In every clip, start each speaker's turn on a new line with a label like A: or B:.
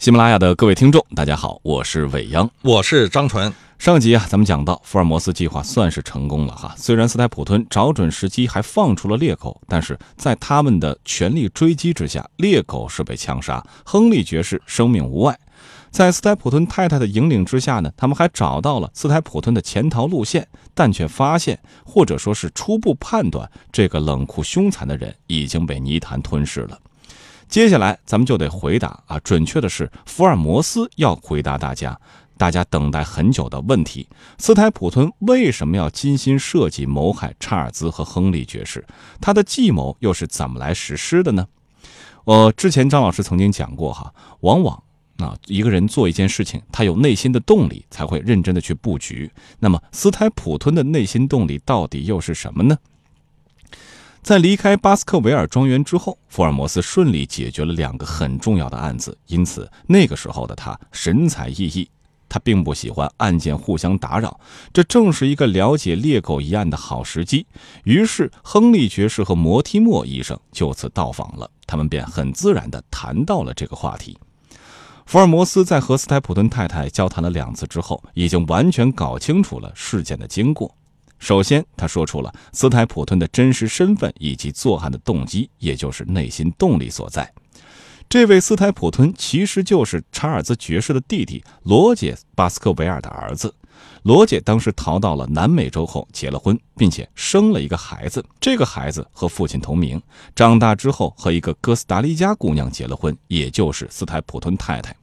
A: 喜马拉雅的各位听众，大家好，我是伟央。
B: 我是张纯，
A: 上集啊，咱们讲到福尔摩斯计划算是成功了哈。虽然斯泰普吞找准时机还放出了猎狗，但是在他们的全力追击之下，猎狗是被枪杀，亨利爵士生命无碍。在斯泰普吞太太的引领之下呢，他们还找到了斯泰普吞的潜逃路线，但却发现，或者说是初步判断，这个冷酷凶残的人已经被泥潭吞噬了。接下来咱们就得回答啊，准确的是福尔摩斯要回答大家，大家等待很久的问题：斯泰普吞为什么要精心设计谋害查尔兹和亨利爵士？他的计谋又是怎么来实施的呢？呃，之前张老师曾经讲过哈，往往。啊，一个人做一件事情，他有内心的动力，才会认真的去布局。那么，斯泰普吞的内心动力到底又是什么呢？在离开巴斯克维尔庄园之后，福尔摩斯顺利解决了两个很重要的案子，因此那个时候的他神采奕奕。他并不喜欢案件互相打扰，这正是一个了解猎狗一案的好时机。于是，亨利爵士和摩提莫医生就此到访了，他们便很自然地谈到了这个话题。福尔摩斯在和斯泰普顿太太交谈了两次之后，已经完全搞清楚了事件的经过。首先，他说出了斯泰普顿的真实身份以及作案的动机，也就是内心动力所在。这位斯泰普顿其实就是查尔兹爵士的弟弟罗杰·巴斯克维尔的儿子。罗杰当时逃到了南美洲后结了婚，并且生了一个孩子，这个孩子和父亲同名。长大之后和一个哥斯达黎加姑娘结了婚，也就是斯泰普顿太太。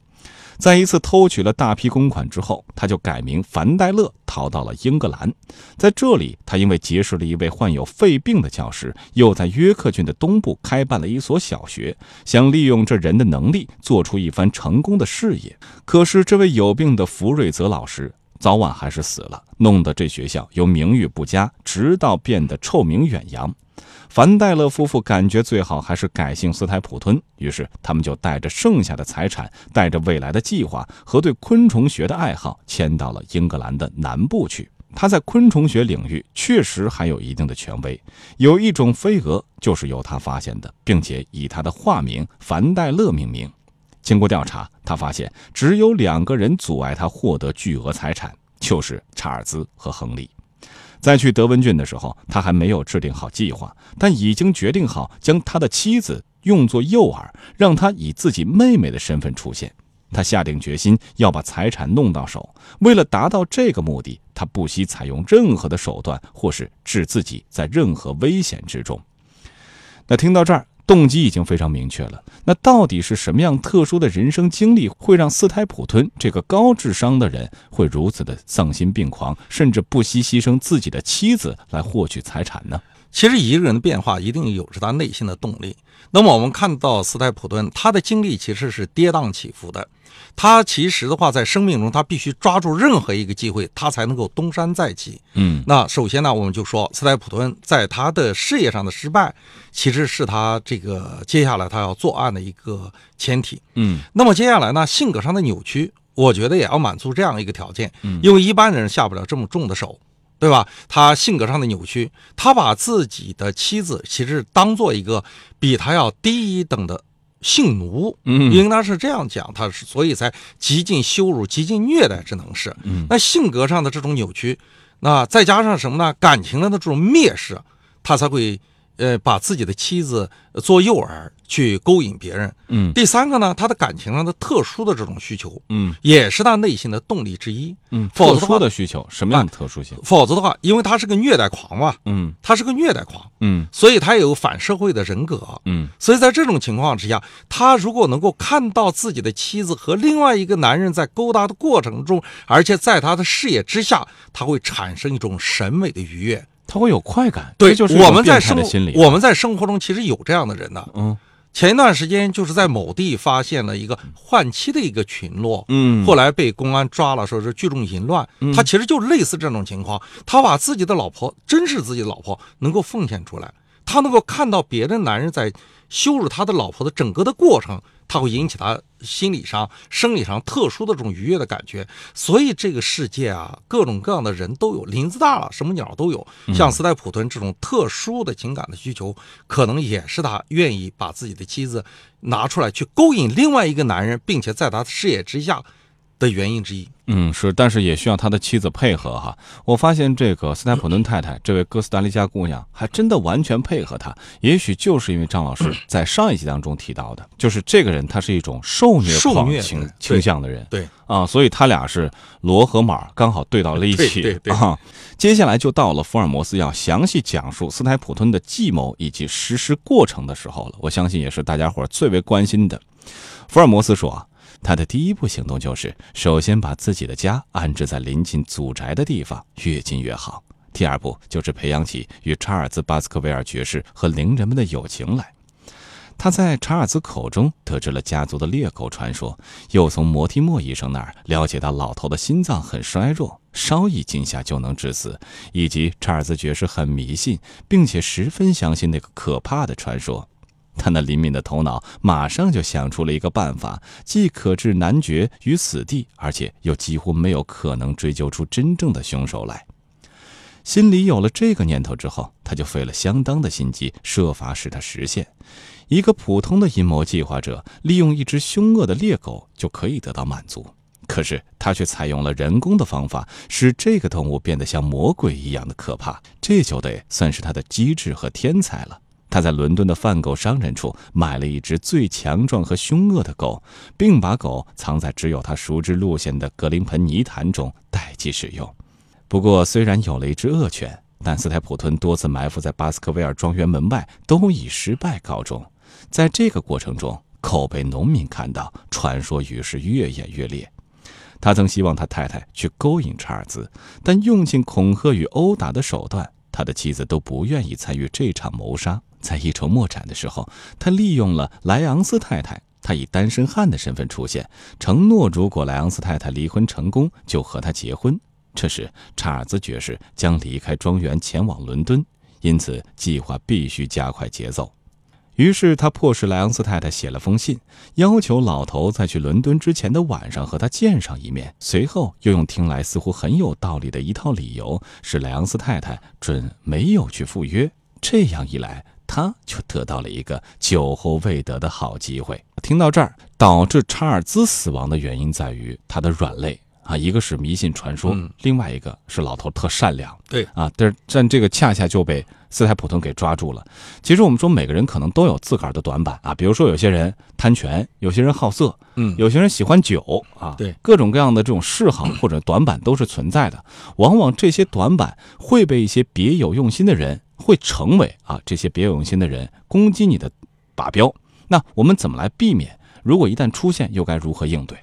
A: 在一次偷取了大批公款之后，他就改名凡戴勒，逃到了英格兰。在这里，他因为结识了一位患有肺病的教师，又在约克郡的东部开办了一所小学，想利用这人的能力做出一番成功的事业。可是，这位有病的福瑞泽老师早晚还是死了，弄得这学校由名誉不佳，直到变得臭名远扬。凡戴勒夫妇感觉最好还是改姓斯泰普吞，于是他们就带着剩下的财产，带着未来的计划和对昆虫学的爱好，迁到了英格兰的南部去。他在昆虫学领域确实还有一定的权威，有一种飞蛾就是由他发现的，并且以他的化名凡戴勒命名。经过调查，他发现只有两个人阻碍他获得巨额财产，就是查尔兹和亨利。在去德文郡的时候，他还没有制定好计划，但已经决定好将他的妻子用作诱饵，让他以自己妹妹的身份出现。他下定决心要把财产弄到手。为了达到这个目的，他不惜采用任何的手段，或是置自己在任何危险之中。那听到这儿，动机已经非常明确了。那到底是什么样特殊的人生经历，会让斯泰普吞这个高智商的人会如此的丧心病狂，甚至不惜牺牲自己的妻子来获取财产呢？
B: 其实一个人的变化一定有着他内心的动力。那么我们看到斯泰普顿，他的经历其实是跌宕起伏的。他其实的话，在生命中他必须抓住任何一个机会，他才能够东山再起。
A: 嗯，
B: 那首先呢，我们就说斯泰普顿在他的事业上的失败，其实是他这个接下来他要作案的一个前提。
A: 嗯，
B: 那么接下来呢，性格上的扭曲，我觉得也要满足这样一个条件，
A: 嗯
B: 因为一般人下不了这么重的手，对吧？他性格上的扭曲，他把自己的妻子其实当做一个比他要低一等的性奴，
A: 嗯
B: 应当是这样讲，他是所以才极尽羞辱、极尽虐待之能事。
A: 嗯
B: 那性格上的这种扭曲，那再加上什么呢？感情上的这种蔑视，他才会呃把自己的妻子呃做诱饵去勾引别人。
A: 嗯
B: 第三个呢，他的感情上的特殊的这种需求，
A: 嗯
B: 也是他内心的动力之一。
A: 嗯，
B: 否
A: 特
B: 则的话
A: 殊的需求，什么样的特殊性？
B: 否则的话，因为他是个虐待狂嘛，
A: 嗯
B: 他是个虐待狂，
A: 嗯
B: 所以他有反社会的人格。
A: 嗯
B: 所以在这种情况之下，他如果能够看到自己的妻子和另外一个男人在勾搭的过程中，而且在他的视野之下，他会产生一种审美的愉悦。
A: 他会有快感，
B: 对，
A: 这就是一种
B: 我们在
A: 变态
B: 生
A: 的心理。啊
B: 我们在生活中其实有这样的人呢、
A: 嗯
B: 前一段时间就是在某地发现了一个换妻的一个群落，
A: 嗯
B: 后来被公安抓了，说是聚众淫乱。他其实就类似这种情况，他把自己的老婆，真是自己的老婆，能够奉献出来，他能够看到别的男人在羞辱他的老婆的整个的过程，他会引起他心理上、生理上特殊的这种愉悦的感觉。所以这个世界啊，各种各样的人都有，林子大了，什么鸟都有。像斯泰普顿这种特殊的情感的需求，可能也是他愿意把自己的妻子拿出来去勾引另外一个男人，并且在他的视野之下的原因之一。
A: 嗯，是，但是也需要他的妻子配合哈。我发现这个斯泰普顿太太，这位哥斯达黎加姑娘，还真的完全配合他。也许就是因为张老 师在上一集当中提到的，就是这个人他是一种受虐
B: 受
A: 狂
B: 虐的
A: 倾
B: 对
A: 倾向的人
B: 对，
A: 啊，所以他俩是罗和马刚好对到了一起。
B: 对对对
A: 啊，接下来就到了福尔摩斯要详细讲述斯泰普顿的计谋以及实施过程的时候了。我相信也是大家伙儿最为关心的。福尔摩斯说啊，他的第一步行动就是首先把自己的家安置在临近祖宅的地方，越近越好。第二步就是培养起与查尔斯·巴斯克维尔爵士和伶人们的友情来。他在查尔斯口中得知了家族的猎狗传说，又从摩提莫医生那儿了解到老头的心脏很衰弱，稍一惊吓就能致死，以及查尔斯爵士很迷信，并且十分相信那个可怕的传说。他那灵敏的头脑马上就想出了一个办法，既可置男爵于死地，而且又几乎没有可能追究出真正的凶手来。心里有了这个念头之后，他就费了相当的心机，设法使它实现。一个普通的阴谋计划者利用一只凶恶的猎狗就可以得到满足，可是他却采用了人工的方法，使这个动物变得像魔鬼一样的可怕，这就得算是他的机智和天才了。他在伦敦的贩狗商人处买了一只最强壮和凶恶的狗，并把狗藏在只有他熟知路线的格林盆泥潭中待机使用。不过，虽然有了一只恶犬，但斯泰普顿多次埋伏在巴斯克维尔庄园门外，都以失败告终。在这个过程中，口被农民看到，传说于是越演越烈。他曾希望他太太去勾引查尔斯，但用尽恐吓与殴打的手段，他的妻子都不愿意参与这场谋杀。在一筹莫展的时候，他利用了莱昂斯太太，他以单身汉的身份出现，承诺如果莱昂斯太太离婚成功，就和他结婚。这时，查尔斯爵士将离开庄园前往伦敦，因此计划必须加快节奏。于是他迫使莱昂斯太太写了封信，要求老头在去伦敦之前的晚上和他见上一面。随后又用听来似乎很有道理的一套理由，使莱昂斯太太准没有去赴约。这样一来，他就得到了一个久候未得的好机会。听到这儿，导致查尔兹死亡的原因在于他的软肋啊，一个是迷信传说，
B: 嗯
A: 另外一个是老头特善良。
B: 对
A: 啊，但是但这个恰恰就被斯泰普顿给抓住了。其实我们说，每个人可能都有自个儿的短板啊，比如说有些人贪权，有些人好色，
B: 嗯，
A: 有些人喜欢酒啊，
B: 对，
A: 各种各样的这种嗜好或者短板都是存在的。往往这些短板会被一些别有用心的人会成为啊，这些别有用心的人攻击你的靶标。那我们怎么来避免？如果一旦出现，又该如何应对？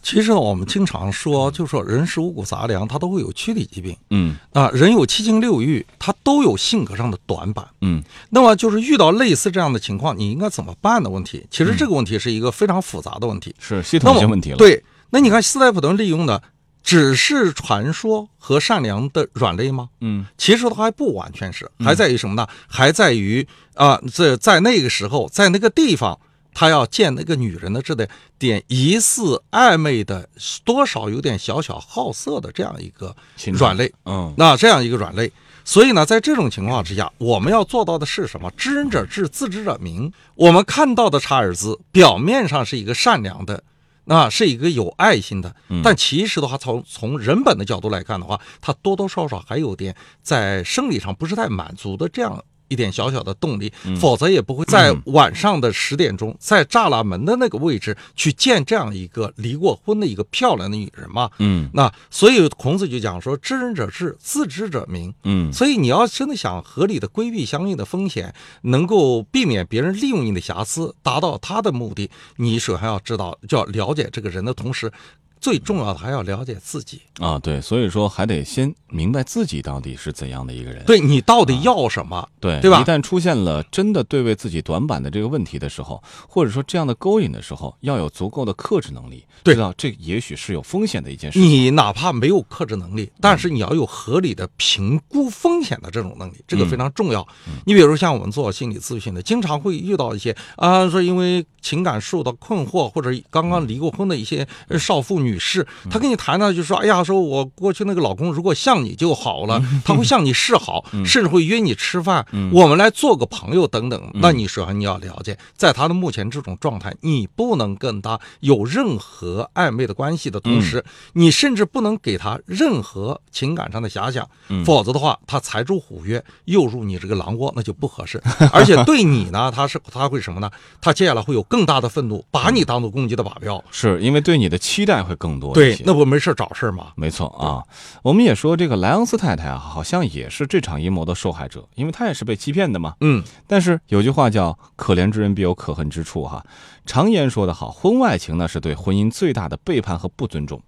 B: 其实呢，我们经常说，就说人食五谷杂粮，它都会有躯体疾病
A: 嗯
B: 啊。人有七情六欲，它都有性格上的短板。
A: 嗯
B: 那么就是遇到类似这样的情况，你应该怎么办的问题。其实这个问题是一个非常复杂的问题。
A: 是嗯系
B: 那
A: 统
B: 么
A: 性问题了。，
B: 对，那你看斯泰普顿利用的只是传说和善良的软肋吗？
A: 嗯
B: 其实它还不完全是，还在于什么呢？还在于啊，这、在那个时候，在那个地方，他要见那个女人的这点点疑似暧昧的，多少有点小小好色的这样一个
A: 心态
B: 软肋，
A: 嗯
B: 那这样一个软肋。所以呢，在这种情况之下，我们要做到的是什么？知人者智，自知者明。我们看到的查尔斯表面上是一个善良的，啊，是一个有爱心的，但其实的话，从从人本的角度来看的话，他多多少少还有点在生理上不是太满足的这样一点小小的动力，否则也不会在晚上的十点钟，在栅栏门的那个位置去见这样一个离过婚的一个漂亮的女人嘛。
A: 嗯
B: 那所以孔子就讲说，知人者智，自知者明。
A: 嗯
B: 所以你要真的想合理的规避相应的风险，能够避免别人利用你的瑕疵，达到他的目的，你首先要知道，就要了解这个人的同时，最重要的还要了解自己，
A: 啊，对，所以说还得先明白自己到底是怎样的一个人。
B: 对你到
A: 嗯
B: 底要什么？
A: 对
B: 对吧
A: 一旦出现了真的对位自己短板的这个问题的时候，或者说这样的勾引的时候，要有足够的克制能力，
B: 对
A: 知道这也许是有嗯风险的一件事。
B: 你哪怕没有克制能力，但是你要有合理的评估风险的这种能力，这
A: 嗯
B: 个非常重要。你比如像我们做心理咨询的，经常会遇到一些啊，说因为情感受到困惑，或者刚刚离过婚的一些呃少妇女士，她跟你谈呢，就说，哎呀，说我过去那个老公如果像你就好了，他会向你示好，甚至会约你吃饭，我们来做个朋友等等。那你首先你要了解，在他的目前这种状态，你不能跟他有任何暧昧的关系的同时，你甚至不能给他任何情感上的遐想，
A: 嗯
B: 否则的话，他才出虎穴，诱入你这个狼窝，那就不合 适。而且对你呢，他是他会什么呢？他接下来会有更大的愤怒，把你当做攻击的靶标。
A: 是因为对你的期待会更多一
B: 对
A: 些，
B: 那不没事儿找事儿吗？
A: 没错啊，我们也说这个莱昂斯太太啊，好像也是这场阴谋的受害者，因为她也是被欺骗的嘛。
B: 嗯，
A: 但是有句话叫“可怜之人必有可恨之处”哈。常言说得好，婚外情呢是对婚姻最大的背叛和不尊重。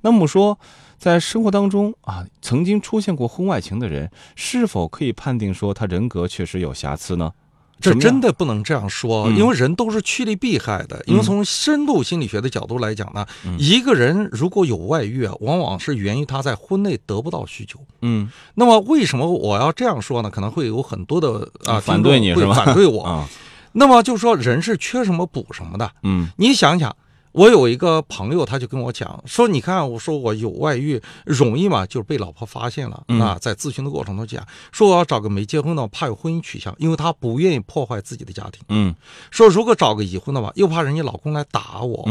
A: 那么说，在生活当中啊，曾经出现过婚外情的人，是否可以判定说他人格确实有瑕疵呢？
B: 这
A: 什么样嗯
B: 真的不能这样说，因为人都是趋利避害的。因为从深度心理学的角度来讲呢，
A: 嗯
B: 一个人如果有外遇啊，往往是源于他在婚内得不到需求。
A: 嗯
B: 那么为什么我要这样说呢？可能会有很多的啊
A: 反对你
B: 听众
A: 是吧
B: 会反对我。
A: 啊
B: 那么就说人是缺什么补什么的。
A: 嗯
B: 你想想，我有一个朋友，他就跟我讲说，你看，我说我有外遇，容易嘛，就是被老婆发现了。
A: 嗯
B: 那在咨询的过程中讲，说我要找个没结婚的，怕有婚姻取向，因为他不愿意破坏自己的家庭。
A: 嗯
B: 说如果找个已婚的吧，又怕人家老公来打我；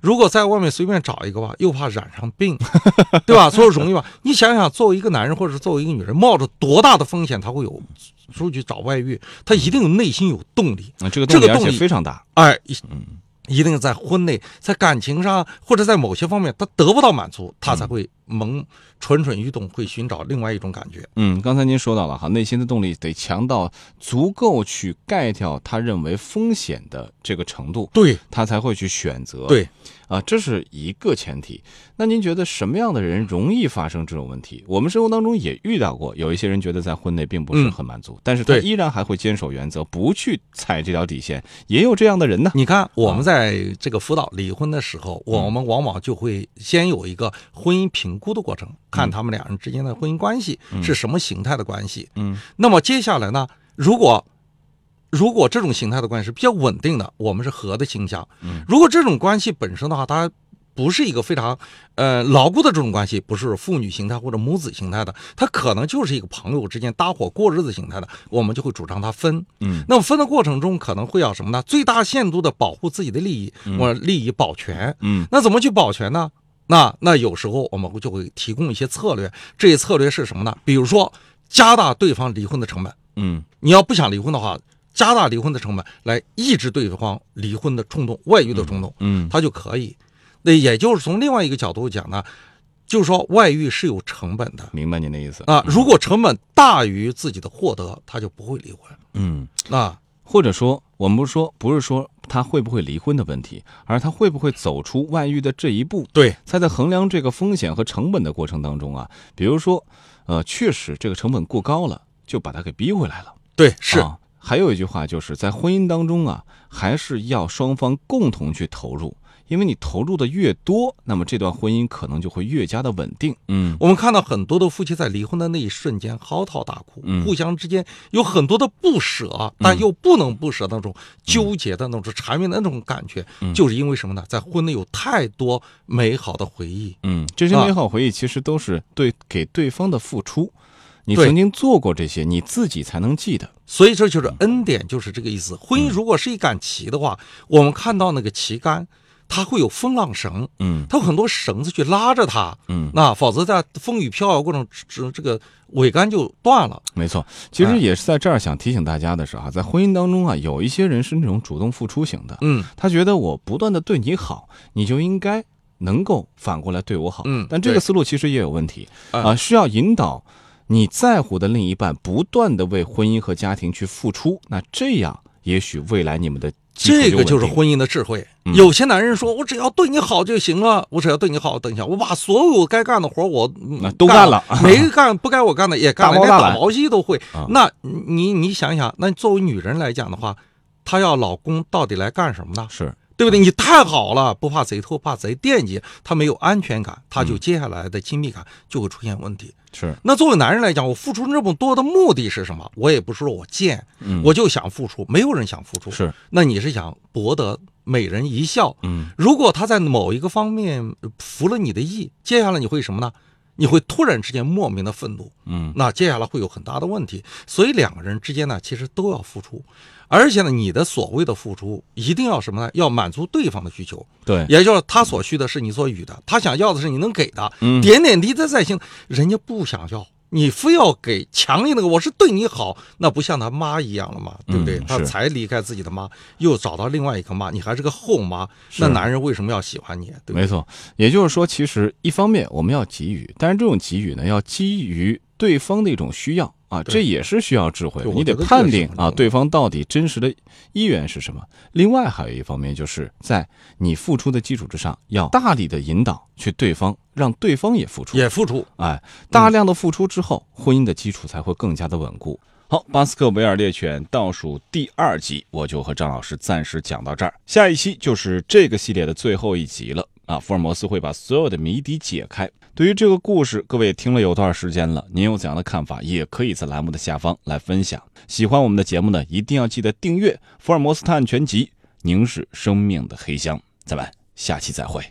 B: 如果在外面随便找一个吧，又怕染上病， 对吧？所以容易吧？你想想，作为一个男人或者是作为一个女人，冒着多大的风险，他会有出去找外遇，他一定有内心有动力，
A: 啊，这个
B: 这
A: 动
B: 个
A: 力而
B: 动
A: 且
B: 力
A: 非常大。
B: 哎，一一定在婚内、在感情上或者在某些方面，他得不到满足，他才会萌蠢蠢欲动，会寻找另外一种感觉。
A: 嗯，刚才您说到了哈，内心的动力得强到足够去盖掉他认为风险的这个程度，
B: 对
A: 他才会去选择。
B: 对，
A: 啊，这是一个前提。那您觉得什么样的人容易发生这种问题？我们生活当中也遇到过，有一些人觉得在婚内并不是
B: 嗯
A: 很满足，但是他
B: 对
A: 依然还会坚守原则，不去踩这条底线，也有这样的人嗯呢。
B: 你看，我们在这个辅导离婚的时候，我们往往就会先有一个婚姻评估的过
A: 嗯
B: 程，看他们两人之间的婚姻关系是什么形态的关系。
A: 嗯，
B: 那么接下来呢，如果如果这种形态的关系是比较稳定的，我们是和的倾向。
A: 嗯，
B: 如果这种关系本身的话，它不是一个非常呃牢固的这种关系，不是父女形态或者母子形态的，它可能就是一个朋友之间搭伙过日子形态的，我们就会主张它分。
A: 嗯，
B: 那么分的过程中可能会要什么呢？最大限度的保护自己的利益，我利益保全。
A: 嗯
B: 那怎么去保全呢？那那有时候我们就会提供一些策略，这些策略是什么呢？比如说加大对方离婚的成本。
A: 嗯
B: 你要不想离婚的话，加大离婚的成本来抑制对方离婚的冲动、外遇的冲动，
A: 嗯
B: 他就可以。那也就是从另外一个角度讲呢，就是说外遇是有成本的
A: 明白您的意思。
B: 啊，如果成本大于自己的获得，他就不会离婚
A: 嗯，
B: 啊。
A: 或者说，我们不是说不是说他会不会离婚的问题，而他会不会走出外遇的这一步。
B: 对，
A: 在在衡量这个风险和成本的过程当中啊，比如说，呃，确实这个成本过高了，就把他给逼回来了。
B: 对，是、
A: 啊还有一句话就是在婚姻当中啊，还是要双方共同去投入，因为你投入的越多，那么这段婚姻可能就会越加的稳定。嗯
B: 我们看到很多的夫妻在离婚的那一瞬间嚎啕大哭，
A: 嗯
B: 互相之间有很多的不舍，但又不能不舍那种纠结的那种缠绵的那种感觉，
A: 嗯
B: 就是因为什么呢？在婚内有太多美好的回忆，
A: 嗯，这些
B: 啊
A: 美好回忆其实都是对给对方的付出。你
B: 对
A: 曾经做过这些，你自己才能记得。
B: 所以这就是
A: 嗯
B: 恩典，就是这个意思。婚姻如果是一杆旗的话，我们看到那个旗杆，它会有风浪绳，
A: 嗯
B: 它有很多绳子去拉着它，
A: 嗯，
B: 那否则在风雨飘摇过程中，这个桅杆就断了。
A: 没错，其实
B: 哎
A: 也是在这儿想提醒大家的是啊，在婚姻当中啊，有一些人是那种主动付出型的，
B: 嗯，
A: 他觉得我不断的对你好，你就应该能够反过来对我好。
B: 嗯
A: 但这个思路其实也有问题
B: 啊
A: 啊，是要引导你在乎的另一半不断的为婚姻和家庭去付出，那这样也许未来你们的基础
B: 这个
A: 就
B: 就
A: 稳
B: 是
A: 定
B: 婚姻的智慧。
A: 嗯
B: 有些男人说：“我只要对你好就行了，我只要对你好，等一下，我把所有该干的活儿我嗯
A: 那都
B: 干
A: 干了啊
B: 没干不该我干的也干了，
A: 大包
B: 连
A: 大
B: 打
A: 揽
B: 毛细都会
A: 啊。
B: 那你你想想，那作为女人来讲的话，她要老公到底来干什么呢？
A: 是
B: 对不对？你太好了，不怕贼偷，怕贼惦记，她没有安全感，她
A: 嗯
B: 就接下来的亲密感就会出现问题。
A: 是，
B: 那作为男人来讲，我付出这么多的目的是什么？我也不是说我贱，
A: 嗯，
B: 我就想付出，没有人想付出。
A: 是
B: 那你是想博得美人一笑？
A: 嗯
B: 如果他在某一个方面呃服了你的意，接下来你会什么呢？你会突然之间莫名的愤怒，
A: 嗯
B: 那接下来会有很大的问题。所以两个人之间呢，其实都要付出，而且呢，你的所谓的付出一定要什么呢？要满足对方的需求，
A: 对，
B: 也就是他所需的是你所予的，他想要的是你能给的，
A: 嗯
B: 点点滴滴在心，人家不想要。你非要给强烈那个，我是对你好，那不像他妈一样了嘛，对不对？
A: 嗯
B: 他
A: 是
B: 才离开自己的妈，又找到另外一个妈，你还是个后妈，那
A: 是
B: 男人为什么要喜欢你？啊对不对
A: 没错。也就是说，其实一方面我们要给予，但是这种给予呢，要基于对方的一种需要啊，
B: 对
A: 这也是需要智慧的。
B: 对我
A: 你得
B: 觉得这
A: 判
B: 个是
A: 定
B: 很重
A: 啊，
B: 要
A: 对方到底真实的意愿是什么。另外还有一方面，就是在你付出的基础之上，要大力的引导去对方，让对方也付出。
B: 也付出，
A: 哎，大量的付出之后，婚姻的基础才会更加的稳固。好，巴斯克维尔猎犬倒数第二集，我就和张老师暂时讲到这儿。下一期就是这个系列的最后一集了啊！福尔摩斯会把所有的谜底解开。对于这个故事，各位听了有段时间了，您有怎样的看法，也可以在栏目的下方来分享。喜欢我们的节目呢，一定要记得订阅《福尔摩斯探案全集》，凝视生命的黑箱。咱们下期再会。